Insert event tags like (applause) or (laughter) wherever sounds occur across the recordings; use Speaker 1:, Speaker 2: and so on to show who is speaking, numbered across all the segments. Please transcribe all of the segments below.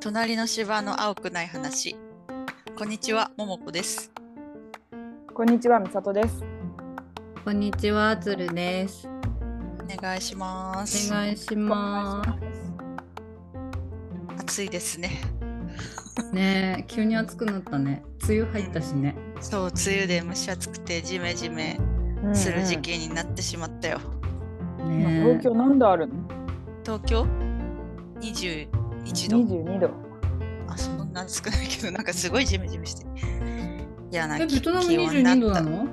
Speaker 1: 隣の芝の青くない話。こんにちは、ももこです。
Speaker 2: こんにちは、みさとです。
Speaker 3: こんにちは、つるです。
Speaker 1: お願いします。
Speaker 3: お願いしま
Speaker 1: 暑いですね。
Speaker 3: す。ねえ、急に暑くなったね。梅雨入ったしね。
Speaker 1: そう、梅雨で蒸し暑くてジメジメする時。期になってしまったよ。
Speaker 2: 今
Speaker 3: ね
Speaker 2: 東京何度あるの？
Speaker 1: 東京21
Speaker 2: 二
Speaker 1: 度。
Speaker 2: 十二度。
Speaker 1: あ、そんな少ないけど、なんかすごいジメジメして。嫌な
Speaker 3: え、ベ
Speaker 1: き
Speaker 3: トナム
Speaker 1: 気温だ
Speaker 3: 22度
Speaker 1: っ
Speaker 3: な
Speaker 1: た。
Speaker 3: の？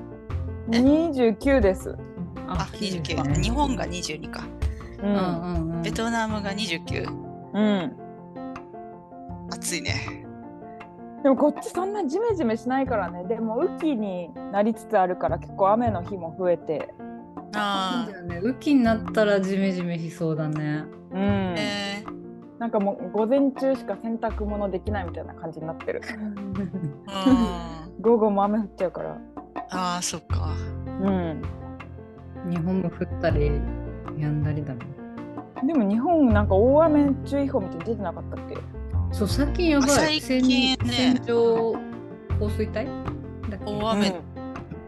Speaker 2: 二十九です。
Speaker 1: あ、29だ。日本が22か。
Speaker 2: う
Speaker 3: う。んうんうん。
Speaker 1: ベトナムが29。
Speaker 2: うん。
Speaker 1: 暑いね。
Speaker 2: でもこっちそんなジメジメしないからね。でも雨季になりつつあるから結構雨の日も増えて。
Speaker 3: そう
Speaker 1: あ
Speaker 3: だよね。雨季になったらジメジメしそう
Speaker 1: (laughs)
Speaker 3: だね。
Speaker 2: うん
Speaker 1: あ。え
Speaker 2: なんかもう午前中しか洗濯物できないみたいな感じになってる。
Speaker 1: ー、うん。
Speaker 2: 午後も雨降っちゃうから。
Speaker 1: ああ、そっか。
Speaker 2: うん。
Speaker 3: 日本も降ったりやんだりだね。
Speaker 2: でも日本なんか大雨注意報みたいに出てなかったっけ？
Speaker 3: そう、最近やば
Speaker 1: あ
Speaker 3: い。
Speaker 1: 最近ね
Speaker 3: 線状降水帯だっけ？
Speaker 1: 大雨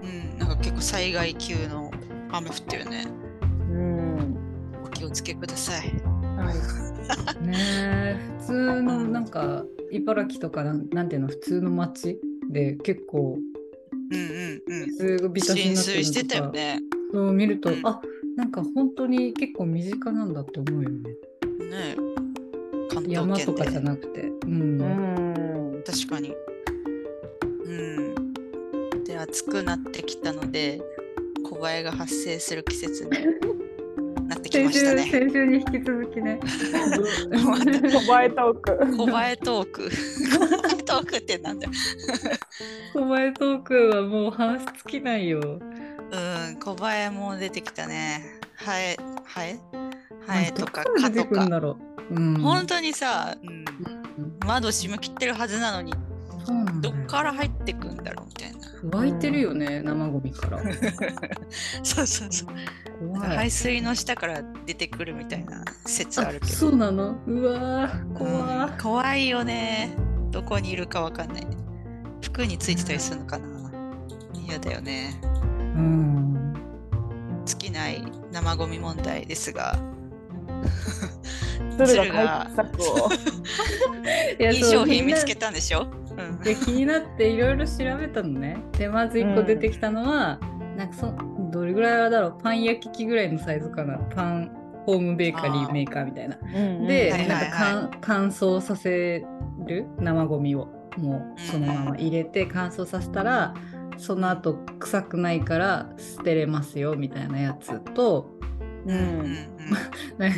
Speaker 1: うん、なんか結構災害級の雨降ってるね。
Speaker 2: うん。
Speaker 1: (laughs)
Speaker 2: うん。
Speaker 1: お気をつけください。
Speaker 2: はい。
Speaker 3: ねえ普通のなんか茨城とかなんなんていうの普通の町で結構
Speaker 1: うんうんうん。
Speaker 3: 水がびたし
Speaker 1: 浸
Speaker 3: になって
Speaker 1: 水
Speaker 3: るの
Speaker 1: してたよ
Speaker 3: とか
Speaker 1: ね。
Speaker 3: そう見ると、
Speaker 1: うん
Speaker 3: あなんか本当に結構身近なんだって思うよね
Speaker 1: ねえ関
Speaker 3: 山
Speaker 1: 東
Speaker 3: と
Speaker 1: 圏
Speaker 3: かじゃ
Speaker 1: で。
Speaker 3: なくてうん、
Speaker 2: うん。
Speaker 1: 確かに。うん。で、暑くなってきたので、小林が発生する季
Speaker 3: (laughs)
Speaker 1: 節になってきましたね。
Speaker 3: 先週に引き続
Speaker 1: (laughs)
Speaker 3: きね
Speaker 2: 小映えトーク。
Speaker 1: 小林トーク。小林トークってなんだよ。
Speaker 3: 小林トークはもう話尽きないよ
Speaker 1: うん、小林も出てきたね。ハエ、ハエハエとか
Speaker 3: どこ
Speaker 1: 蚊
Speaker 3: から出
Speaker 1: と
Speaker 3: てくるん
Speaker 1: か。
Speaker 3: だろう、うん、
Speaker 1: 本当にさ、うん、窓閉め切ってるはずなのに
Speaker 3: そうなんだ
Speaker 1: ど
Speaker 3: よ
Speaker 1: っから入ってくんだろうみたいな
Speaker 3: 湧いてるよね生ゴミから
Speaker 1: (laughs) そうそうそう
Speaker 3: 怖い
Speaker 1: 排水の下から出てくるみたいな説あるけど
Speaker 3: そうなのうわー怖
Speaker 1: うん
Speaker 3: ー
Speaker 1: 怖いよねどこにいるかわかんない服についてたりするのかな嫌だよね
Speaker 3: うん
Speaker 1: 尽きない生ゴミ問題ですが
Speaker 2: 鶴が解決策を。
Speaker 3: いや
Speaker 1: いい
Speaker 3: そう
Speaker 1: 商
Speaker 3: み
Speaker 1: 品
Speaker 3: ん
Speaker 1: 見
Speaker 3: な
Speaker 1: つけたんでしょ、うん
Speaker 3: で気になっていろいろ調べたのねでまず1個出てきたのは、なんかそどれぐらいだろうパン焼き器ぐらいのサイズかなパンホームベーカリ
Speaker 1: あー
Speaker 3: ーメーカーみたいな
Speaker 2: で、
Speaker 3: で、
Speaker 1: はいはい
Speaker 3: なんか乾乾燥させる生ゴミをもうそのまま入れて乾燥させたらその後臭くないから捨てれますよみたいなやつと
Speaker 2: う
Speaker 1: うんうん
Speaker 2: ん、
Speaker 3: なんか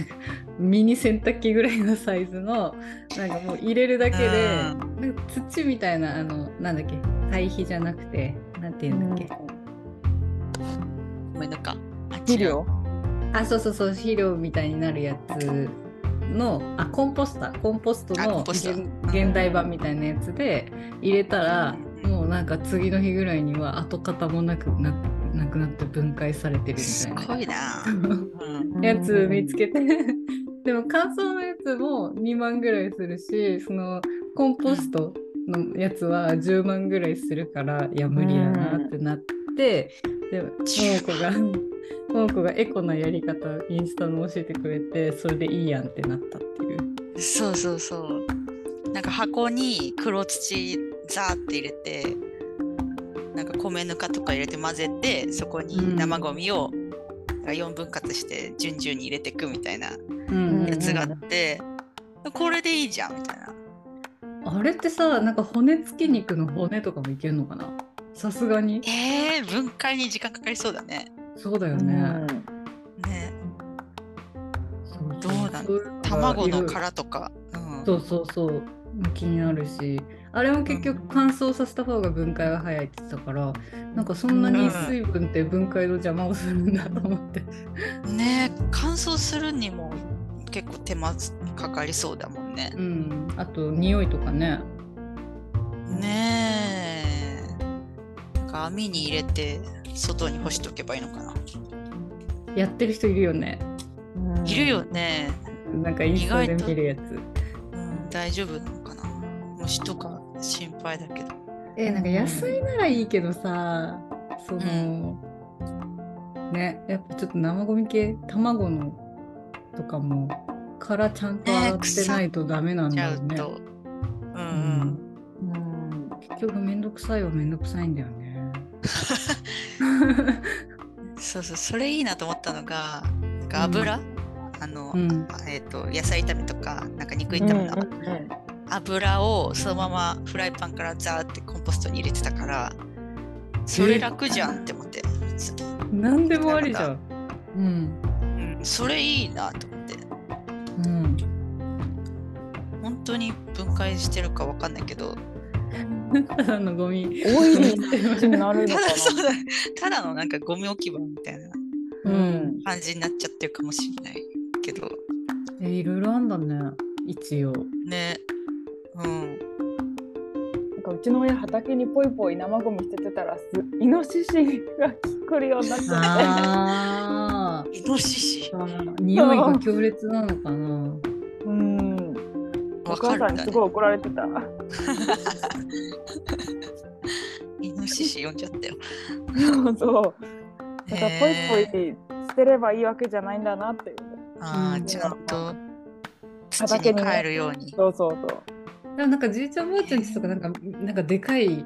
Speaker 3: ミニ洗濯機ぐらいのサイズのなんかもう入れるだけで
Speaker 1: う
Speaker 3: なんか土みたいなあのなんだっけ堆肥じゃなくてなんていうんだっけ、
Speaker 1: ごめんなかあ
Speaker 2: 肥料。
Speaker 3: あそうそうそう肥料みたいになるやつのあコンポスタコンポスト
Speaker 1: あコン
Speaker 3: の
Speaker 1: ポスト
Speaker 3: 現現代版みたいなやつで入れたら
Speaker 1: うん
Speaker 3: もうなんか次の日ぐらいには跡形もなくななくなって分解されてる
Speaker 1: す
Speaker 3: みたい
Speaker 1: ご
Speaker 3: ない
Speaker 1: な、うん、
Speaker 3: やつ見つけて (laughs) でも乾燥のやつも2万ぐらいするしそのコンポストのやつは10万ぐらいするからいや無理だなってなって、でも子が桃子がエコなやり方インスタの教えてくれてそれでいいやんってなったっていう
Speaker 1: そうそうそう。なんか箱に黒土ザーって入れて、なんか米ぬかとか入れて混ぜて、そこに生ゴミを4分割して順々に入れていくみたいな
Speaker 2: うん
Speaker 1: やつがあって、これでいいじゃんみたいな。
Speaker 3: あれってさなんか骨付き肉の骨とかもいけるのかなさすがに
Speaker 1: えー、分解に時間かかりそうだね。
Speaker 3: そうだよ
Speaker 2: う
Speaker 3: ね、
Speaker 2: ん。
Speaker 1: ね
Speaker 3: そう
Speaker 1: ど
Speaker 3: そうう
Speaker 1: なの
Speaker 3: そういうのが
Speaker 1: 卵
Speaker 3: いろい
Speaker 1: の
Speaker 3: ろ
Speaker 1: 殻とか。うん、
Speaker 3: そうそうそう気になるしあれも結局乾燥させた方が分解が早いって言ってたからなんかそんなに水分って分解の邪魔をするんだと思って、
Speaker 1: ね乾燥するにも結構手間かかりそうだもんね。
Speaker 3: うん、あと匂いとかね
Speaker 1: ねえなんか網に入れて外に干しとけばいいのかな、
Speaker 3: やってる人いるよね
Speaker 1: いるよね、
Speaker 3: なんかインスタで見るやつ
Speaker 1: うん、大丈夫なのかな虫とか心配だけど。
Speaker 3: えなんか野菜ならいいけどさその、ねやっぱちょっと生ゴミ系卵のとかも殻ちゃんと洗ってないとダメなん
Speaker 1: ち
Speaker 3: だ
Speaker 1: ゃ
Speaker 3: よ
Speaker 1: う
Speaker 3: ね。
Speaker 1: と。う
Speaker 3: うんん、
Speaker 2: うん
Speaker 3: 結局めんどくさいはめんどくさいんだよね。
Speaker 1: うん。そうそう、それいいなと思ったのが、なんか油、あの、
Speaker 3: うん
Speaker 1: あえっ、と、野菜炒めとか、なんか肉
Speaker 2: うんう
Speaker 1: 炒
Speaker 2: ん
Speaker 1: めの油をそのままフライパンからザーってコンポストに入れてたから、それ楽じゃんって思って。
Speaker 3: 何でもありじゃん。うん。
Speaker 1: うん、それいいなと思って。
Speaker 3: うん。
Speaker 1: 本当に分解してるかわかんないけど、
Speaker 3: ただのゴ
Speaker 2: (laughs)
Speaker 3: ミ。
Speaker 2: オイリーになる
Speaker 1: た
Speaker 2: のか
Speaker 1: だ
Speaker 2: な
Speaker 1: そうだ、ただのなんかゴミ置き場みたいな
Speaker 3: うん。
Speaker 1: 感じになっちゃってるかもしれないけど、
Speaker 3: え、いろいろあんだね。一応。
Speaker 1: ね。うん。
Speaker 2: なんかうちの親畑にポイポイ生ゴミ捨ててたらすイノシシが来るようになっちゃって
Speaker 3: あ
Speaker 1: イノシシ。
Speaker 3: あ。 (laughs) 匂いが強烈なのかな。
Speaker 2: うんお
Speaker 1: わ
Speaker 2: 母
Speaker 1: か
Speaker 2: さ
Speaker 1: る
Speaker 2: ん
Speaker 1: ん
Speaker 2: に
Speaker 1: だ
Speaker 2: す
Speaker 1: ね
Speaker 2: ご。い怒られてた
Speaker 1: イノシシ呼んじゃったよ。
Speaker 2: そうそうだからポ
Speaker 1: へ
Speaker 2: イ
Speaker 1: ー
Speaker 2: ポイ捨てればいいわけじゃないんだなっていう
Speaker 1: あ
Speaker 3: う
Speaker 1: あ、
Speaker 3: ん
Speaker 1: ちゃんと土
Speaker 2: 畑
Speaker 1: に
Speaker 2: にね
Speaker 1: 帰るように。
Speaker 2: そうそうそう
Speaker 3: でもなんかじいちゃんばあちゃんちとかなんかなんかでかいなんてい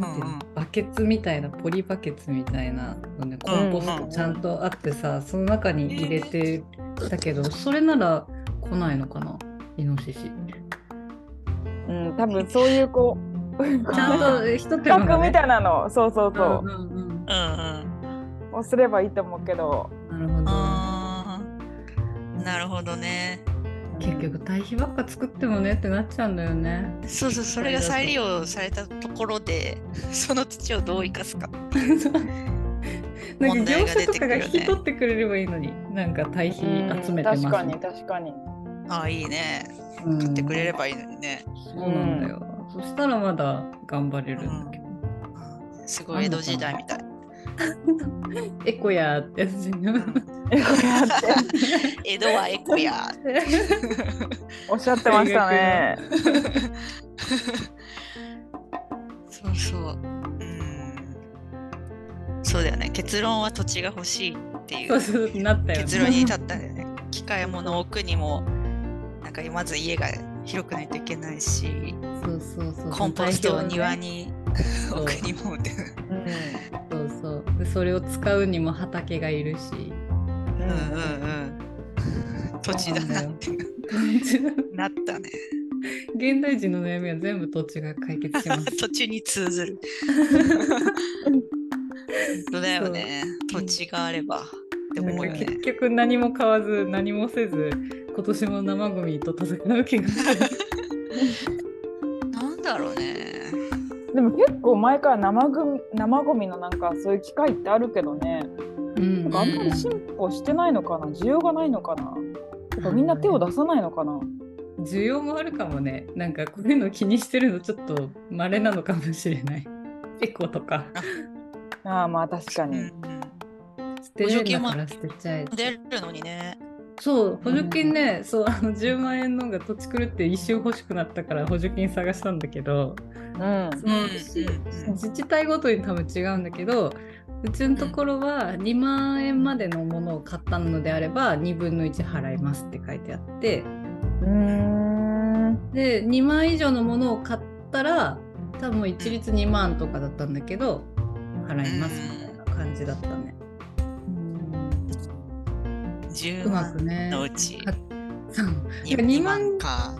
Speaker 1: う
Speaker 3: の、
Speaker 1: んうん
Speaker 3: バケツみたいなポリバケツみたいなのねコンポス
Speaker 1: うんう
Speaker 3: ト
Speaker 1: ん
Speaker 3: ちゃんとあってさその中に入れてたけどそれなら来ないのかなイノシシち
Speaker 2: うん多分そういうこう
Speaker 3: ゃんと一
Speaker 2: 比
Speaker 3: 手
Speaker 2: 較
Speaker 3: 間が、ね、
Speaker 2: みたいなのそうそうそううん
Speaker 3: うんうん
Speaker 1: うんうん。
Speaker 2: をすればいいと思うけど
Speaker 3: なるほど
Speaker 1: ああ、なるほどね。
Speaker 3: 結局堆肥ばっか作ってもねってなっちゃうんだよね
Speaker 1: (laughs) そうそう、それが再利用されたところで、その土をどう生かすか。
Speaker 3: なん
Speaker 1: 問
Speaker 3: か
Speaker 1: 題
Speaker 3: 業
Speaker 1: が
Speaker 3: 者
Speaker 1: 出て
Speaker 3: と
Speaker 1: く
Speaker 3: か
Speaker 1: るよ
Speaker 3: が
Speaker 1: ね
Speaker 3: 引き取ってくれればいいのになんか堆肥集めてます
Speaker 2: うん確かに確かに (laughs)
Speaker 1: ああ、いいね。
Speaker 3: うん
Speaker 1: 買ってくれればいいのにね。
Speaker 3: そうなんだよ。そしたらまだ頑張れるんだけど。
Speaker 1: すごい江戸時代みたい。
Speaker 3: エコやーってやつじゃ
Speaker 1: (laughs) うん
Speaker 2: えこうやって
Speaker 1: 江戸はエコや。
Speaker 2: おっしゃってましたね
Speaker 1: そうそう。うん。そうだよね。結論は土地が欲しいってい
Speaker 3: そう
Speaker 1: う
Speaker 3: そうなったよ、ね。
Speaker 1: 結論に至ったんだよね。機械物を置くにも、なんかまず家が広くないといけないし、
Speaker 3: そうそうそう。
Speaker 1: コンポストを庭
Speaker 3: に。
Speaker 1: に
Speaker 3: そう
Speaker 1: 置くにもって。
Speaker 2: う
Speaker 3: そうそう。でそれを使うにも畑がいるし。
Speaker 2: んう
Speaker 1: うんうんんうん。土地だな (laughs) っていうなったね。
Speaker 3: 現代人の悩みは全部土地が解決します。
Speaker 1: 土地に通ず (laughs) る。本当だよね。
Speaker 3: そ
Speaker 1: 土
Speaker 3: う
Speaker 1: 地があればって思うよ
Speaker 3: なんか
Speaker 1: ね
Speaker 3: (laughs) 結。局何も買わず何もせず今年も生ゴミと戦う気がする。
Speaker 1: なんだろうね。
Speaker 2: でも結構前から生ゴミ生ゴミのなんかそういう機会ってあるけどね
Speaker 3: (laughs) うん
Speaker 2: あんまり進歩してないのかな需要がないのかなてかみんな手を出さないのかな
Speaker 3: 需要もあるかもねなんかこういうの気にしてるのちょっと稀なのかもしれないエコとか
Speaker 2: ああまあ確か
Speaker 1: う
Speaker 2: に
Speaker 1: んうん
Speaker 3: 捨てるんだから捨てちゃえ
Speaker 1: 出るのにね。
Speaker 3: そう補助金ね、そうあの10万円のが土地狂って一周欲しくなったから補助金探したんだけど
Speaker 2: うん
Speaker 3: そう自治体ごとに多分違うんだけどうちのところは2万円までのものを買ったのであれば2分の1払いますって書いてあって
Speaker 2: うーん
Speaker 3: で2万以上のものを買ったら多分一律2万とかだったんだけど払いますみたいな感じだったね。
Speaker 1: 十
Speaker 3: うまく
Speaker 1: 万
Speaker 3: ね (laughs)
Speaker 1: のうち
Speaker 3: あそう
Speaker 1: 二万か。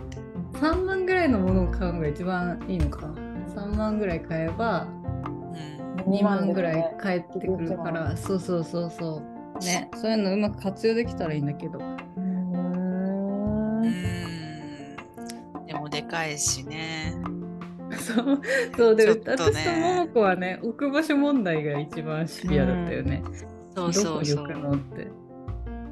Speaker 3: 3万ぐらいのものを買うのが一番いいのか3万ぐらい買えば
Speaker 1: うん
Speaker 3: 2万ぐらい
Speaker 2: か
Speaker 3: 返ってくるからそうそうそうそうねそういうのうまく活用できたらいいんだけど
Speaker 2: うーん
Speaker 1: うん。でもでかいしね。
Speaker 3: そうそうで、
Speaker 1: ちょっとね
Speaker 3: 私とももこはね置く場所問題が一番シビアだったよね、
Speaker 1: そう
Speaker 3: ど
Speaker 1: そ
Speaker 3: こ
Speaker 1: う
Speaker 3: に
Speaker 1: そ
Speaker 3: 置く
Speaker 1: う。
Speaker 3: のって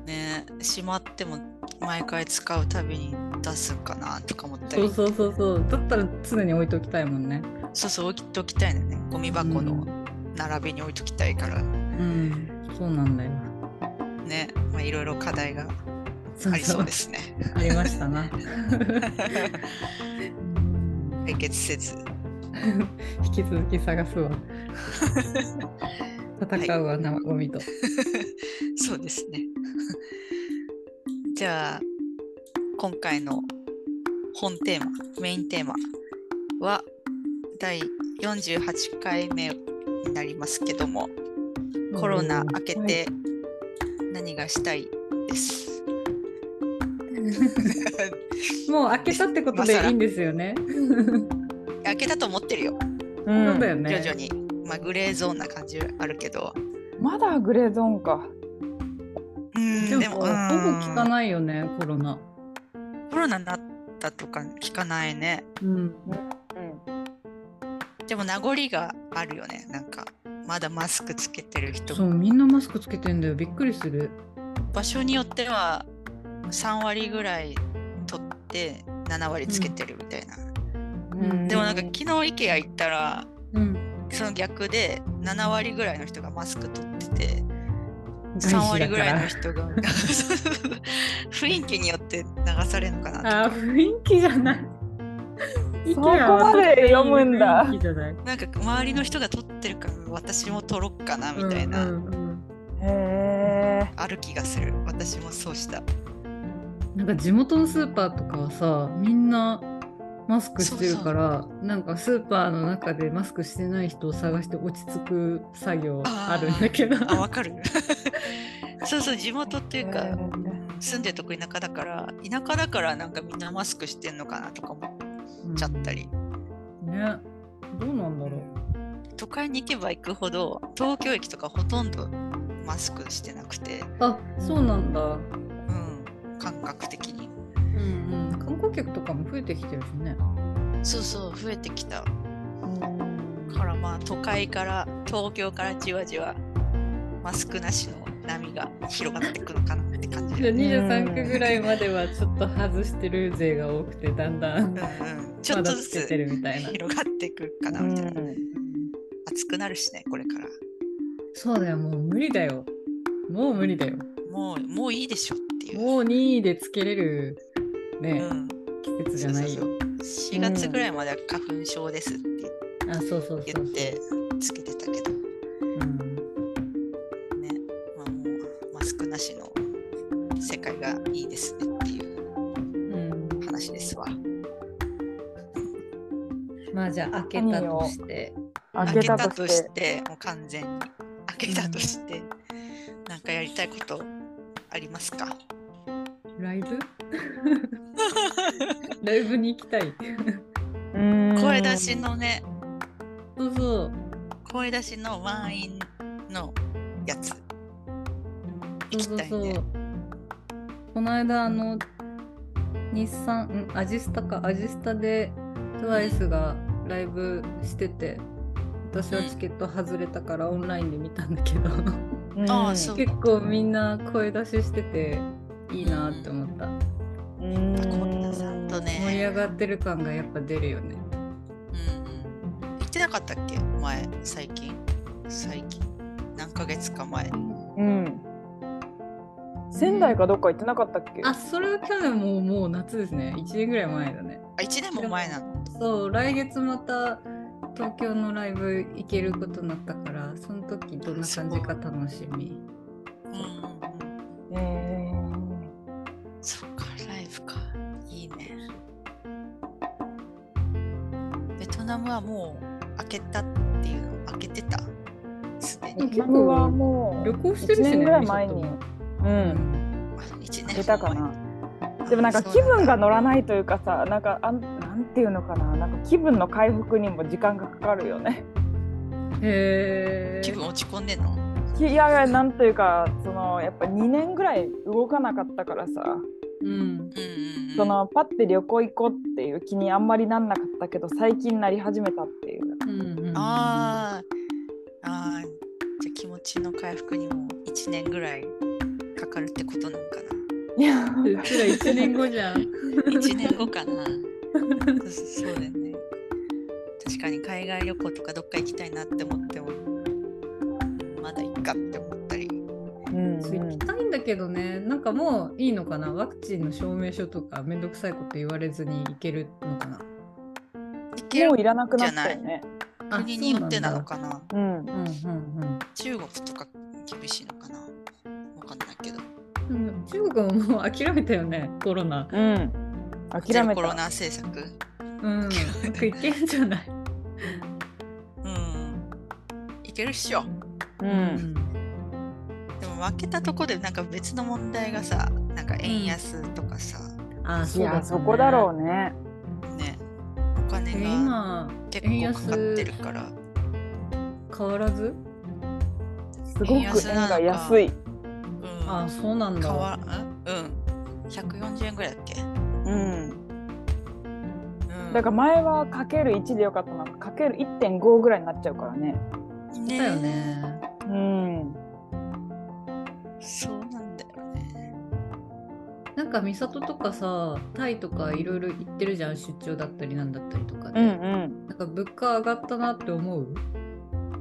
Speaker 1: ね、しまっても毎回使うたびに出すかなとか思った
Speaker 3: そ
Speaker 1: り
Speaker 3: う。そうそうそうだったら常に置いておきたいもんね
Speaker 1: そうそう置いときたいのね。ゴミ箱の並びに置いときたいから。
Speaker 3: うん、そうなんだよ
Speaker 1: ね、まあ、いろいろ課題が
Speaker 3: そ
Speaker 1: ありそうですね。
Speaker 3: ありまし
Speaker 1: (laughs)
Speaker 3: たな。
Speaker 1: 解決せず。
Speaker 3: 引き続き探
Speaker 1: (laughs)
Speaker 3: すわ。戦うわ、生ゴミと。
Speaker 1: そうですね。 (laughs) じゃあ、今回の本テーマ、メインテーマは、第48回目になりますけども、コロナ明けて何がしたいです。
Speaker 3: もう開けたってことでいいんですよね。
Speaker 1: 明けたと思ってるよ、
Speaker 2: うん
Speaker 3: そうだよ
Speaker 1: 徐
Speaker 3: ね。
Speaker 1: 々に。まあ、グレーゾーンな感じあるけど。
Speaker 2: まだグレーゾーンか。
Speaker 1: うん、
Speaker 3: でも、ほぼ聞か
Speaker 1: い。
Speaker 3: ないよね、コロナ。
Speaker 1: コロナになったとか聞かないね。
Speaker 3: うん。
Speaker 2: うん、
Speaker 1: でも名残があるよね。なんか、まだマスクつけてる人
Speaker 3: そう、みんなマスクつけてんだよ。びっくりする。
Speaker 1: 場所によっては3割ぐらい取って7割つけてるみたいな、
Speaker 2: うん
Speaker 1: でもなんか昨日 IKEA 行ったら
Speaker 3: うん。
Speaker 1: その逆で7割ぐらいの人がマスク取ってて3
Speaker 3: 外資だから
Speaker 1: 割ぐらいの人が (laughs) 雰囲気によって流されるのかなと
Speaker 3: あー、雰囲気じゃない。
Speaker 2: そこまで読むんだ
Speaker 3: 雰囲気じゃない。
Speaker 1: なんか周りの人が取ってるから私も取ろっかなみたいな、
Speaker 3: うんうん
Speaker 2: へえ。
Speaker 1: ある気がする私もそうした
Speaker 3: うんなんか地元のスーパーとかはさ、みんな。マスクしてるからなんかスーパーの中でマスクしてない人を探して落ち着く作業あるんだけど
Speaker 1: あわか
Speaker 3: (laughs)
Speaker 1: るそうそう地元っていうか、
Speaker 2: へー
Speaker 1: 住んでるとこ田舎だから田舎だからなんかみんなマスクしてんのかなとか思っちゃったり、
Speaker 3: (laughs) ねどうなんだろう
Speaker 1: 都会に行けば行くほど東京駅とかほとんどマスクしてなくて、
Speaker 3: あそうなんだ
Speaker 1: うん、感覚的に
Speaker 3: うんうん、観光客とかも増えてきてるしね。
Speaker 1: そうそう増えてきたからまあ都会から東京からじわじわマスクなしの波が広がってくのかなって感じ (laughs)
Speaker 3: じゃあ
Speaker 1: る、
Speaker 3: 23区ぐらいまではちょっと外してる勢が多くてだんだん
Speaker 1: う
Speaker 3: ま
Speaker 1: んうん、ちょ
Speaker 3: だ
Speaker 1: っとず
Speaker 3: つけ
Speaker 1: つ
Speaker 3: てるみたいな。
Speaker 1: 広がってくるかなみたいな、暑くなるしねこれから
Speaker 3: そうだよもう無理だよ。もう無理だよ。
Speaker 1: もうもういいでしょっていう
Speaker 3: もう2位でつけれるね、
Speaker 1: うん
Speaker 3: 季節じゃないよ。
Speaker 1: そう4月ぐらいまでは花粉症ですって
Speaker 3: あそうそうそ
Speaker 1: 言
Speaker 3: う
Speaker 1: っ。てつけてたけど
Speaker 3: うん
Speaker 1: ね、まあ、もうマスクなしの世界がいいですねっていう
Speaker 3: うん、
Speaker 1: 話ですわ。
Speaker 3: まあじゃあ開けたとして。
Speaker 2: 開
Speaker 1: 開
Speaker 2: け
Speaker 1: け
Speaker 2: た
Speaker 1: た
Speaker 2: と
Speaker 1: と
Speaker 2: し。
Speaker 1: しててもう完全に開けたとして、なんかやりたいことありますか
Speaker 3: ライブ (laughs) ライブに行きたい。
Speaker 1: 声出しのね
Speaker 3: そうそう。
Speaker 1: 声出しの満員のやつ行き
Speaker 3: そう
Speaker 1: たいね。
Speaker 3: この間あの日産んアジスタかアジスタで TWICE がライブしてて私はチケット外れたからオンラインで見たんだけど
Speaker 1: ああそう
Speaker 3: 結構みんな声出ししてていいなって思った
Speaker 2: うん。
Speaker 1: こんなさんと
Speaker 3: 盛り
Speaker 1: ね、
Speaker 3: 上がってる感がやっぱ出るよね
Speaker 1: うんうん、行ってなかったっけ前最近最近何ヶ月か前
Speaker 2: うん。仙台かどっか行ってなかったっけ？
Speaker 3: あそれは去年ももう夏ですね1年ぐらい前だね
Speaker 1: あ1年も前なの。
Speaker 3: そう来月また東京のライブ行けることになったからその時どんな感じか楽しみ
Speaker 1: うんうんうん、
Speaker 2: ええ。
Speaker 1: そっか、ライブか。いいね。ベトナムはもう開けたっていうの、開けてた。すでに。
Speaker 3: 結構
Speaker 2: 僕はもう
Speaker 3: 旅行してる
Speaker 2: 一
Speaker 3: しね
Speaker 2: 年ぐらい前に。
Speaker 3: み
Speaker 2: う
Speaker 3: そと
Speaker 2: ん。
Speaker 1: 1
Speaker 2: 行
Speaker 1: 年
Speaker 2: けたかな。でもなんか気分が乗らないというかさなんかあんなんていうのかななんか気分の回復にも時間がかかるよね。
Speaker 3: へえ
Speaker 1: 気分落ち込んでんの
Speaker 2: いやいやなんというかそのやっぱ2年ぐらい動かなかったからさ、
Speaker 3: うん
Speaker 1: うんうんうん。
Speaker 2: そのパッて旅行行こうっていう気にあんまりなんなかったけど最近なり始めたっていう。
Speaker 3: うんうん
Speaker 1: ああ。ああ。じゃあ気持ちの回復にも1年ぐらいかかるってことなのかな。
Speaker 2: いや
Speaker 3: うちら1年後じゃん
Speaker 1: 1年後かな。そうそうだよね。確かに海外旅行とかどっか行きたいなって思っても、うんまだいっかって思ったり。
Speaker 2: うんうん (laughs)
Speaker 3: そう行きたいんだだけどねなんかもういいのかなワクチンの証明書とかめんどくさいこと言われずにいけるのかな
Speaker 1: 行ける
Speaker 2: もういらなくなったよね。
Speaker 3: あ
Speaker 1: 国によってなの
Speaker 3: そ
Speaker 1: かな
Speaker 2: うん
Speaker 3: う。なんだうんうん
Speaker 1: 中国とか厳しいのかなわかんないけど。
Speaker 3: うんでも中国ももう諦めたよねコロナ
Speaker 2: うん。
Speaker 1: ゼ
Speaker 2: 諦
Speaker 1: ロ
Speaker 2: め
Speaker 1: コロナ
Speaker 2: た。
Speaker 1: 政策。
Speaker 3: うんなんかいけんじゃない
Speaker 1: うん。いけるっしょ。
Speaker 2: うん。
Speaker 1: でも負けたとこでなんか別の問題がさ、なんか円安とかさ、
Speaker 3: あ
Speaker 2: い
Speaker 3: そうだった
Speaker 2: や、
Speaker 3: ね
Speaker 2: そこだろうね。
Speaker 1: ね、お金
Speaker 3: え
Speaker 1: が
Speaker 3: 今
Speaker 1: 結構かかってるから。
Speaker 3: 変わらず
Speaker 2: すごく円が安い。
Speaker 1: うん。
Speaker 3: あそうなん
Speaker 1: 変
Speaker 3: だ
Speaker 1: わうん。うん。140円ぐらいだっけ
Speaker 2: うん。
Speaker 1: うん。
Speaker 2: だから前はかける1でよかったのがかける1.5ぐらいになっちゃうからね。
Speaker 1: ね
Speaker 3: だよね
Speaker 2: うん。
Speaker 1: そうなんだよね。
Speaker 3: なんか美里とかさタイとかいろいろ行ってるじゃん出張だったりなんだったりとか
Speaker 2: う
Speaker 3: で、
Speaker 2: んうん。
Speaker 3: なんか物価上がったなって思う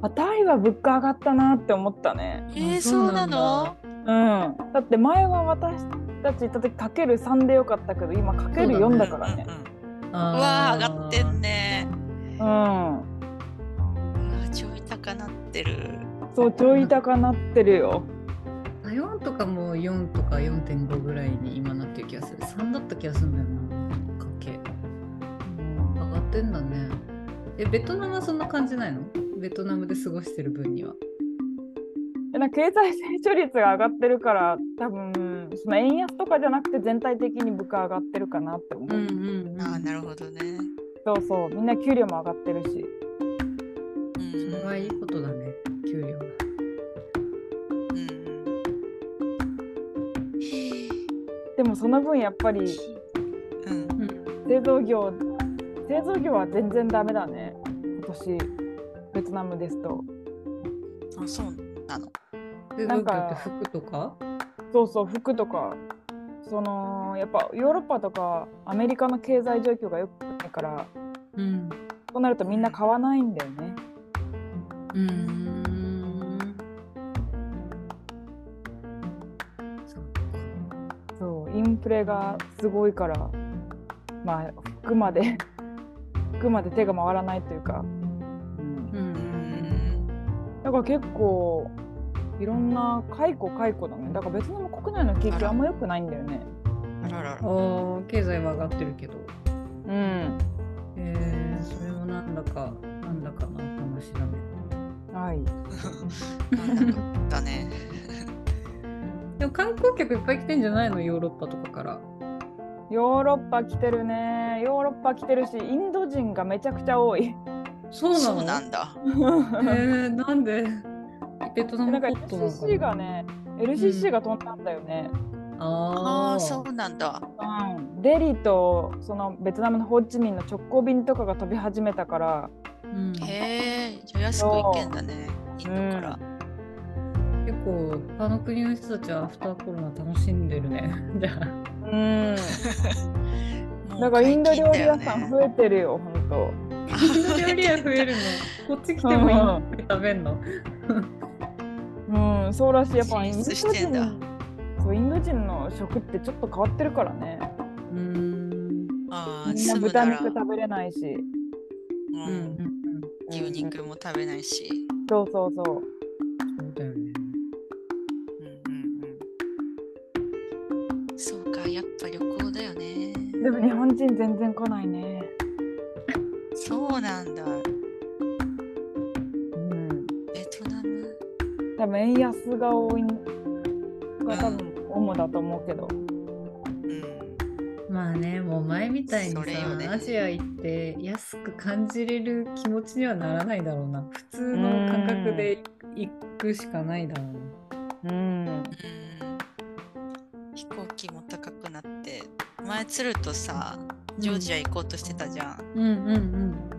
Speaker 2: あタイは物価上がったなって思ったね。
Speaker 1: えー、
Speaker 3: あ
Speaker 1: そうなの
Speaker 2: うん。だって前は私たち行った時かける3でよかったけど今かける4だからね
Speaker 1: う。んうんうんうわ
Speaker 3: あ
Speaker 1: あ、上がってんね。
Speaker 2: うん。
Speaker 1: うわちょい高なってる。
Speaker 2: そうちょい高なってるよ。
Speaker 3: 台湾とかも4とか4.5ぐらいに今なってる気がする3だった気がするんだよなかけ上がってんだねえベトナムはそんな感じないのベトナムで過ごしてる分には
Speaker 2: でなんか経済成長率が上がってるから多分その円安とかじゃなくて全体的に物価上がってるかなって思う、
Speaker 3: うん
Speaker 1: ああ、なるほどね。
Speaker 2: そうそうみんな給料も上がってるし
Speaker 1: う
Speaker 3: それはいい
Speaker 1: ん。
Speaker 3: ことだね給料が
Speaker 1: うん。
Speaker 2: でもその分やっぱり
Speaker 1: うん。
Speaker 2: 製造業製造業は全然ダメだね今年ベトナムですと
Speaker 1: あ、そうなの。
Speaker 3: で
Speaker 2: なんか
Speaker 3: だって服とか
Speaker 2: そうそう服とかそのやっぱヨーロッパとかアメリカの経済状況が良くないから
Speaker 3: うん
Speaker 2: そうなるとみんな買わないんだよね
Speaker 3: うんそっか
Speaker 2: そうインフレがすごいからまあ服まで (laughs) 服まで手が回らないというか、うん
Speaker 3: う
Speaker 1: うんん。
Speaker 2: だから結構いろんな解雇解雇だねだから別の国内の景
Speaker 1: あ
Speaker 2: 気
Speaker 1: ら
Speaker 2: あんま良くないんだよね
Speaker 1: あらら
Speaker 3: あ。ー経済は上がってるけど
Speaker 2: うん
Speaker 3: えー、それもなんだかなんだかなお話だね
Speaker 2: はい
Speaker 1: なんかだね。
Speaker 3: でも観光客いっぱい来てんじゃないのヨーロッパとかから
Speaker 2: ヨーロッパ来てるねヨーロッパ来てるしインド人がめちゃくちゃ多い
Speaker 3: そ
Speaker 1: そうなんだ。
Speaker 3: えー、なんでベトナ
Speaker 2: な
Speaker 3: ム
Speaker 2: んか
Speaker 3: ポットなのか
Speaker 2: LCC がね LCC が飛んだんだよね、
Speaker 3: あ
Speaker 1: あ
Speaker 3: あ
Speaker 1: あ、そうなんだ。
Speaker 2: うんデリとそのベトナムのホーチミンの直行便とかが飛び始めたから
Speaker 3: うん、結
Speaker 1: へえ、じゃあ安く行けんだね。インドから。
Speaker 3: 構他の国の人たちはアフターコロナ楽しんでる
Speaker 1: (laughs)
Speaker 3: ねじゃあ
Speaker 2: うん
Speaker 1: もう
Speaker 2: なんかインド料理屋
Speaker 1: 解
Speaker 2: さん
Speaker 1: 禁
Speaker 2: 増えてるよ、ほんと。
Speaker 3: インド料理屋増えるのこっち来てもインド料理食べんの
Speaker 2: うん、そうらしい。やっぱインド
Speaker 1: 進出
Speaker 2: 人
Speaker 1: してんだ
Speaker 2: そう、インド人の食ってちょっと変わってるからね。
Speaker 3: うん
Speaker 1: ああ、
Speaker 2: みんな
Speaker 1: 住む
Speaker 2: 豚
Speaker 1: な
Speaker 2: 肉
Speaker 1: ら。
Speaker 2: 食べれないし。
Speaker 1: う
Speaker 3: うんうん
Speaker 1: ん。牛
Speaker 2: うん
Speaker 1: 肉も食べないし。
Speaker 2: そうそうそう。
Speaker 3: そうだよね
Speaker 1: うんうんうん。そうか、やっぱ旅行だよね。
Speaker 2: でも日本人全然来ないね。
Speaker 1: そうなんだ。
Speaker 2: うん。
Speaker 1: ベトナム。
Speaker 2: 多分円安が多いが多分主だと思うけど。
Speaker 1: うん。
Speaker 3: まあねもう前みたいにさ
Speaker 1: そ、れよね
Speaker 3: アジア行って安く感じれる気持ちにはならないだろうな普通の感覚で行くしかないだろうな
Speaker 2: うん。
Speaker 1: うん飛行機も高くなって前鶴とさジョージア行こうとしてたじゃん、
Speaker 3: うんうんうん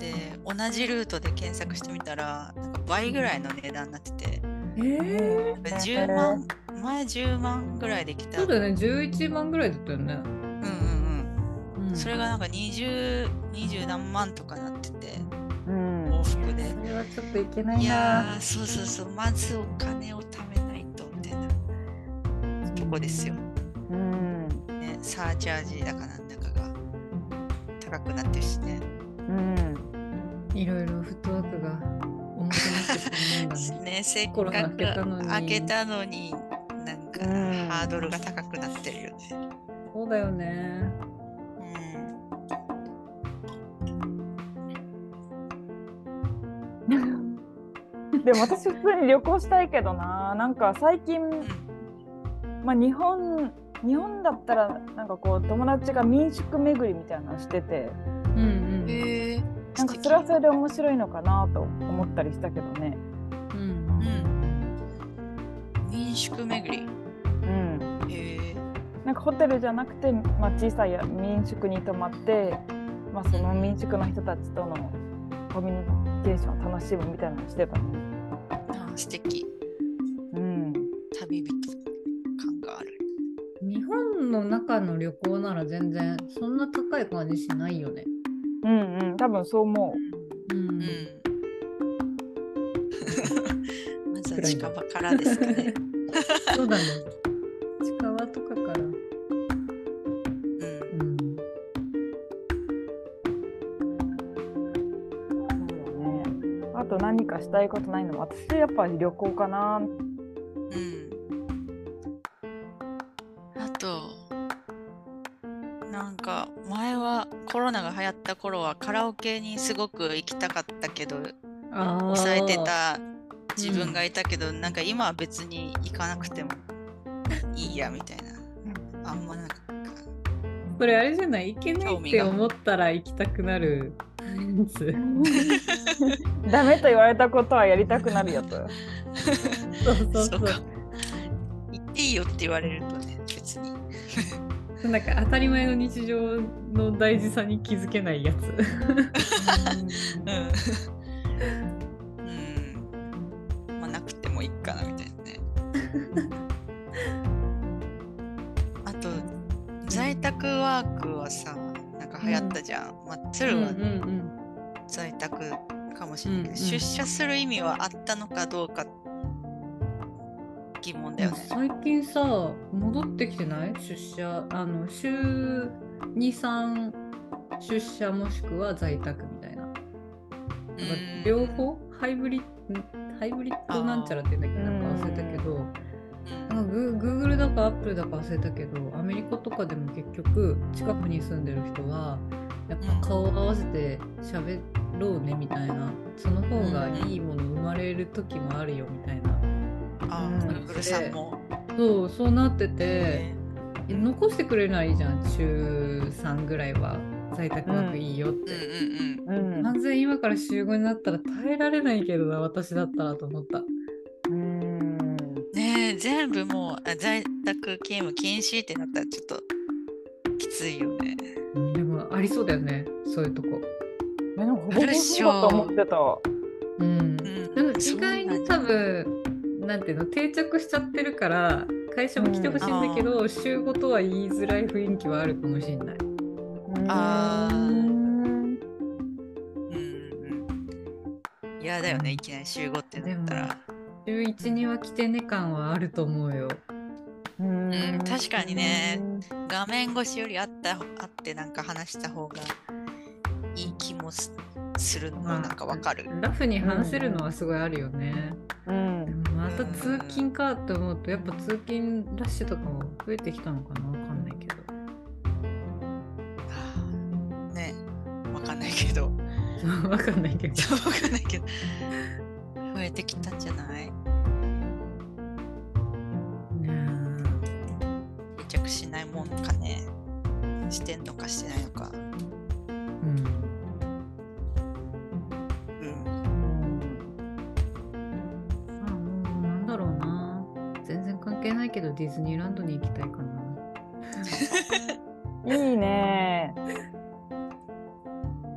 Speaker 1: で同じルートで検索してみたらなんか倍ぐらいの値段になってて
Speaker 3: ええ
Speaker 1: なんか10万前10万ぐらいで来た
Speaker 3: そうだよね、11万ぐらいだったよね。
Speaker 1: うんうん
Speaker 3: う
Speaker 1: うんんそれがなんか2020何万とかなってて
Speaker 2: うん。
Speaker 1: 往復で
Speaker 3: それはちょっといけないい
Speaker 1: や
Speaker 3: な。
Speaker 1: ーそうそうそうまずお金を貯めないとみたいなこですよ。
Speaker 2: うん
Speaker 1: ね、サーチャージだかなんだかが高くなってるしね。
Speaker 2: うん
Speaker 3: いろいろフットワークが重くなってしま (laughs) うんだね。
Speaker 1: ね、せっか
Speaker 3: コロ
Speaker 1: く
Speaker 3: ナ明けたのに
Speaker 1: 開けたのに、なんか
Speaker 2: うん
Speaker 1: ハードルが高くなってるよね。
Speaker 3: そうだよね。
Speaker 1: うん
Speaker 2: でも私普通に旅行したいけどななんか最近、まあ、日本日本だったらなんかこう友達が民宿巡りみたいなのしてて
Speaker 1: う
Speaker 3: うん
Speaker 1: ん。
Speaker 3: うん。
Speaker 1: へえ
Speaker 2: なんかそれはそれで面白いのかなと思ったりしたけどね。
Speaker 3: うん
Speaker 1: うん。民宿巡
Speaker 2: うん
Speaker 1: り。へえ
Speaker 2: なんかホテルじゃなくて、まあ、小さい民宿に泊まって、まあ、その民宿の人たちとのコミュニケーションを楽しむみたいなのしてたね。
Speaker 1: あ素敵
Speaker 2: うん、
Speaker 1: 旅人感がある。
Speaker 3: 日本の中の旅行なら全然そんな高い感じしないよね。
Speaker 2: うん、うん、多分そう思
Speaker 3: う
Speaker 1: (laughs)
Speaker 3: ん。
Speaker 1: うん。まずは
Speaker 3: 暗いん
Speaker 1: 近
Speaker 3: だ
Speaker 1: 場からですかね。
Speaker 3: そうだね。近場とかから。う
Speaker 1: うん。
Speaker 3: ん。
Speaker 2: う。そうだね。あと何かしたいことないの私やっぱり旅行かな。
Speaker 1: うん。あと、なんか前はコロナが流行った頃はカラオケにすごく行きたかったけど
Speaker 3: ああ。
Speaker 1: 抑えて。た自分がいたけど、なんか今は別に行かなくてもいいやみたいな。あんまなんか。
Speaker 3: それあれじゃないいけない
Speaker 1: 興
Speaker 3: っ
Speaker 1: 味
Speaker 3: て
Speaker 1: が
Speaker 3: 思ったら行きたくなるやつ。
Speaker 2: ダメと言われたことはやりたくなる
Speaker 1: (laughs)
Speaker 2: やつ。
Speaker 3: そうそう
Speaker 1: そ
Speaker 3: そう
Speaker 1: か
Speaker 3: う。
Speaker 1: 行っていいよって言われるとね、別に。
Speaker 3: なんか当たり前の日常の大事さに気づけないやつ。
Speaker 1: うん。うん。まあ、なくてもいいかなみたいな
Speaker 3: (laughs)
Speaker 1: ね。あと、在宅ワークはさ、なんか流行ったじゃん。まあ、
Speaker 3: う
Speaker 1: 鶴は
Speaker 3: ん
Speaker 1: 在宅かもしれないけど、
Speaker 3: うんうん
Speaker 1: 出社する意味はあったのかどうか疑問だよね。
Speaker 3: 最近さ戻ってきてない出社あの週23出社もしくは在宅みたいな、
Speaker 1: うん
Speaker 3: 両方ハイブリッハイブリッドなんちゃらって言うんだっけ
Speaker 2: あー
Speaker 3: なんか忘れたけど
Speaker 1: うん
Speaker 3: なんかグー Google だか Apple だか忘れたけどアメリカとかでも結局近くに住んでる人はやっぱ顔を合わせて喋ろうねみたいなその方がいいもの生まれる時もあるよみたいな。
Speaker 1: あ
Speaker 2: うん
Speaker 1: あ、グルグルさんも。
Speaker 3: そうそうなって
Speaker 1: ね
Speaker 3: て残してくれないいじゃん週3ぐらいは在宅ワークいいよっ
Speaker 1: うん
Speaker 3: て、
Speaker 1: うん
Speaker 2: うん
Speaker 3: 完全に今から週5になったら耐えられないけどな私だったらと思った
Speaker 1: う
Speaker 2: うん。
Speaker 1: ん。ねえ、全部もうあ在宅勤務禁止ってなったらちょっときついよね。
Speaker 3: でもありそうだよねそういうとこ
Speaker 2: えなんかほぼほぼそうだと思ってた。
Speaker 3: うん、
Speaker 1: ん
Speaker 3: でも意外に多分なんていうの定着しちゃってるから会社も来てほしいんだけど、週5とは言いづらい雰囲気はあるかもしれない
Speaker 1: あー
Speaker 2: うん
Speaker 1: うんうんうん。嫌だよね、いきなり集合ってなったら。
Speaker 3: 週1には来てね感はあると思うよ
Speaker 2: うん
Speaker 1: 確かにね画面越しよりあったあってなんか話した方がいい気もすするのも
Speaker 3: まあ
Speaker 1: なんかわかる。
Speaker 3: ラフに話せるのはすごいあるよね、
Speaker 2: うん
Speaker 3: でもまた通勤かと思うとやっぱ通勤ラッシュとかも増えてきたのかなわかんないけど
Speaker 1: はあねわかんないけど。 (laughs)
Speaker 3: そうわかんないけど (laughs)
Speaker 1: そうわかんないけど。増えてきたんじゃない定着しないもんかね。してんのかしてないのか。
Speaker 3: うん
Speaker 1: うん。
Speaker 3: まあもうなんだろうな全然関係ないけどディズニーランドに行きたいかない
Speaker 2: いね。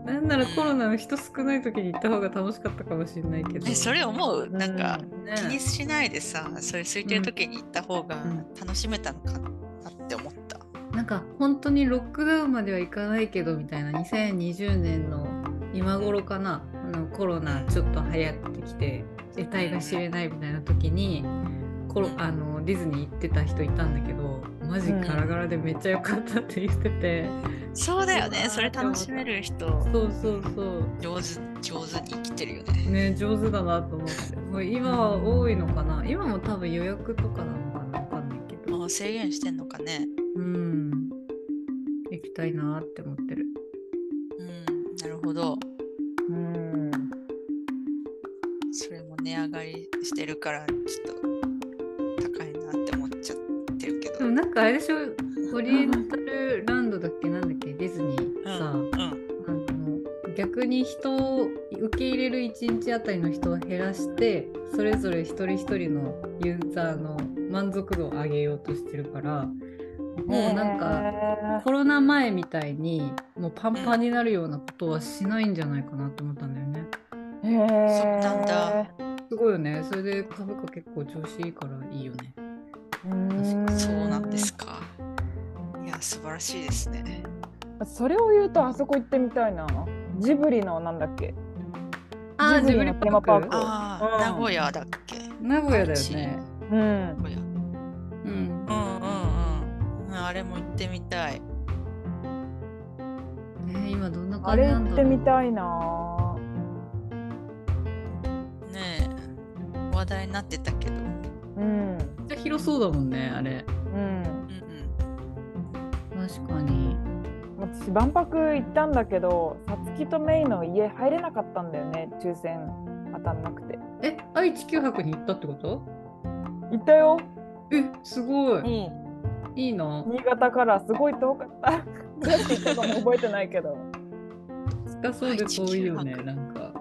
Speaker 3: なんならコロナの人少ない時に行った方が楽しかったかもしれないけど
Speaker 1: え、それ思うなんか、
Speaker 3: うんね
Speaker 1: 気にしないでさそれ空いてる時に行った方が
Speaker 3: うん
Speaker 1: 楽しめたのかなって思った、
Speaker 3: なんか本当にロックダウンまではいかないけどみたいな2020年の今頃かなあのコロナちょっと流行ってきて得体が知れないみたいな時にコロあのディズニー行ってた人いたんだけどマジガラガラでめっちゃ良かったって言ってて、
Speaker 1: そうだよね。それ楽しめる人、
Speaker 3: そうそうそう
Speaker 1: 上手、上手に生きてるよね。
Speaker 3: ね上手だなと思ってもう今は多いのかな今も多分予約とかなのかなわかんないけど
Speaker 1: もう制限してんのかね。
Speaker 3: うん行きたいなって思ってる
Speaker 1: うん、なるほど。
Speaker 2: うん
Speaker 1: それも値上がりしてるから、ちょっと高いなって思っちゃってるけど。
Speaker 3: でもなんかあれでしょオリエンタルランドだっけなんだっけディズニー
Speaker 1: うん
Speaker 3: さ、
Speaker 1: うん、
Speaker 3: なんかもう逆に人を受け入れる1日あたりの人を減らしてそれぞれ一人一人のユーザーの満足度を上げようとしてるからもうなんか
Speaker 2: か
Speaker 3: コロナ前みたいにもうパンパンになるようなことはしないんじゃないかなと思ったんだよね。
Speaker 2: へえ
Speaker 1: そうなんだ
Speaker 3: すごいよねそれで株価結構調子いいからいいよね。
Speaker 1: そうなんですか。いや、素晴らしいですね。
Speaker 2: それを言うとあそこ行ってみたいなジブリのなんだっけ
Speaker 3: あー
Speaker 2: ジ
Speaker 3: ジ
Speaker 2: ブ
Speaker 3: ブ
Speaker 2: リの
Speaker 3: リパ
Speaker 2: テーマパー
Speaker 3: ー
Speaker 2: ク
Speaker 3: ク
Speaker 1: あ
Speaker 2: うん
Speaker 1: あ、名古屋だっけ
Speaker 3: 名古屋だ
Speaker 1: 愛
Speaker 3: よ
Speaker 1: 知
Speaker 3: ね。
Speaker 2: うん
Speaker 1: 名古屋。うん
Speaker 3: うん
Speaker 1: うんうんうん。あれも行ってみたい。
Speaker 3: ね今どんな
Speaker 2: あ
Speaker 3: 感じ
Speaker 2: れ
Speaker 3: なん
Speaker 2: 行
Speaker 3: だろう
Speaker 2: ってみたいな
Speaker 1: ねえ。話題になってたけど。うん
Speaker 2: うん
Speaker 3: めっちゃ広そうだもんねあれ
Speaker 2: うん
Speaker 1: うん。
Speaker 3: 確かに
Speaker 2: 私万博行ったんだけどさつきとメイの家入れなかったんだよね抽選当たんなくて
Speaker 3: え愛知九博に行ったってこと
Speaker 2: 行ったよ
Speaker 3: えすごい
Speaker 1: お
Speaker 3: いいな
Speaker 2: 新潟からすごい遠かったどうやって行ったかも覚えてないけど
Speaker 3: 近そうで遠いよね
Speaker 1: 愛知九博
Speaker 3: なんか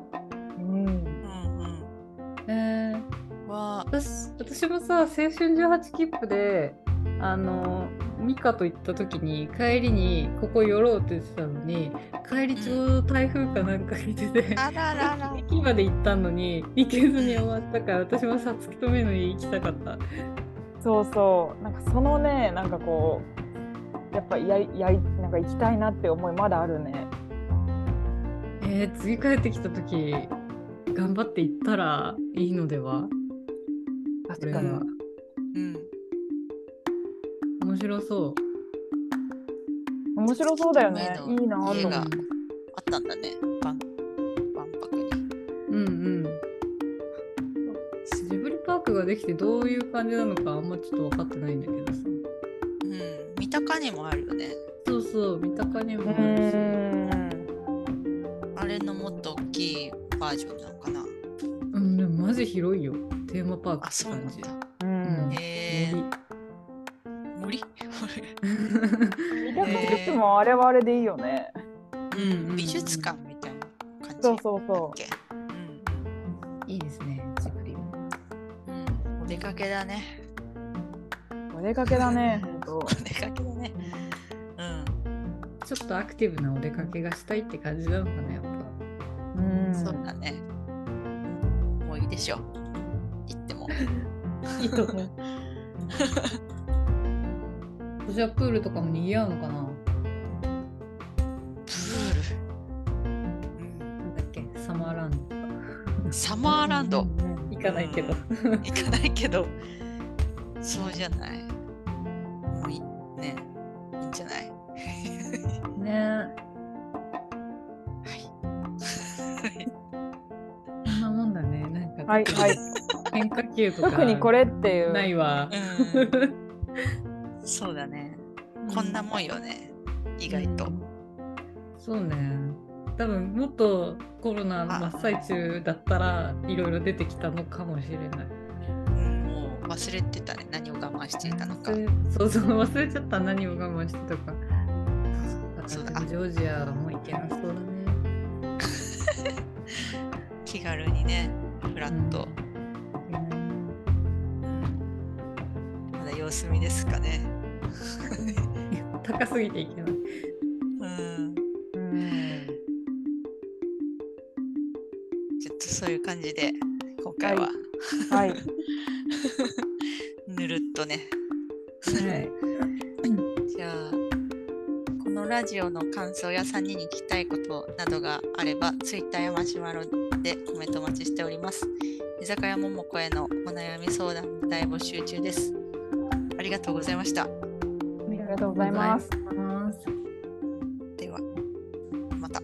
Speaker 2: うん
Speaker 1: うんうん。
Speaker 3: えー、
Speaker 1: は、
Speaker 3: 私私もさ青春18切符であのミカと行った時に帰りにここ寄ろうって言ってたのに帰りちょうど台風かなんか来てて
Speaker 1: あららら。
Speaker 3: 駅まで行ったのに行けずに終わったから私もさつきとめの家行きたかった
Speaker 2: そうそうなんかそのねなんかこうやっぱやりやりなんか行きたいなって思いまだあるね
Speaker 3: えー、次帰ってきた時頑張って行ったらいいのではこ
Speaker 2: 確
Speaker 3: れ
Speaker 2: か
Speaker 3: は
Speaker 2: に、
Speaker 1: うん。
Speaker 3: 面白そう。
Speaker 2: 面白そうだよね
Speaker 1: 月と
Speaker 2: い
Speaker 1: メイの
Speaker 2: いなと
Speaker 1: 家
Speaker 2: 思
Speaker 1: があ
Speaker 2: っ
Speaker 1: ったんだね。万万博に。
Speaker 3: うんうん。ジブリパークができてどういう感じなのかあんまちょっと分かってないんだけどさ。
Speaker 1: うん。三鷹にもあるよね。
Speaker 3: そうそう、三鷹にも
Speaker 2: て
Speaker 3: あるし。
Speaker 2: うん
Speaker 1: あれのもっと大きいバージョンなのかな。
Speaker 3: うん、でもマジ広いよ。テーマパーク
Speaker 1: あ、
Speaker 3: って
Speaker 1: そうな
Speaker 3: 感
Speaker 1: ん
Speaker 3: じ。
Speaker 1: だ。
Speaker 2: うん
Speaker 1: へえ。森
Speaker 2: 見たくていつもあれはあれでいいよね
Speaker 1: う
Speaker 3: うんうんうん
Speaker 1: ん。美術館みたいな感じ。
Speaker 2: そうそうそう
Speaker 1: だっけうん。
Speaker 3: (laughs) いいですね、ジブリも。
Speaker 1: うん。お出かけだね。
Speaker 2: お出かけだねほん
Speaker 1: (laughs)
Speaker 2: と
Speaker 1: お出かけだね。う
Speaker 3: ちょっとアクティブなお出かけがしたいって感じなのかな、やっぱ。
Speaker 2: うん
Speaker 1: ん。そうだね。もういいでしょ。行っても。
Speaker 3: いいと思 (laughs) う。じゃあプールとかも賑わうのかな
Speaker 1: プール。うん
Speaker 3: なんだっけサマーランド。
Speaker 1: サマーランド。
Speaker 3: 行かないけど。
Speaker 1: 行かないけどそうじゃないもういいねいいんじゃない
Speaker 3: ね (laughs) そんなもんだね。なんか、
Speaker 2: はいはい
Speaker 3: 変化球とか
Speaker 2: 特にこれっていう
Speaker 3: ないわ。
Speaker 1: うんそうだねこんなもんよね意外と
Speaker 3: うんそうね。多分もっとコロナ真っ最中だったらいろいろ出てきたのかもしれない。
Speaker 1: うんもう忘れてたね何を我慢していたのか
Speaker 3: 忘れそうそう忘れちゃった何を我慢してたか。
Speaker 1: そうだ
Speaker 3: でもジョージアも行けなそうだね。
Speaker 1: 気軽にねフラッと
Speaker 3: いけないね
Speaker 1: まだ様子見ですかね
Speaker 3: 高すぎていけない。
Speaker 1: うん
Speaker 2: うん
Speaker 1: ちょっとそういう感じで今回は
Speaker 2: ははい
Speaker 1: ぬるっとね (laughs)
Speaker 3: はい。
Speaker 1: じゃあこのラジオの感想や3人に聞きたいことなどがあれば Twitter やマシュマロでコメントお待ちしております。居酒屋ももこへのお悩み相談大募集中です。ありがとうございました。
Speaker 2: ありがとうございます。
Speaker 3: ます。
Speaker 1: では、また。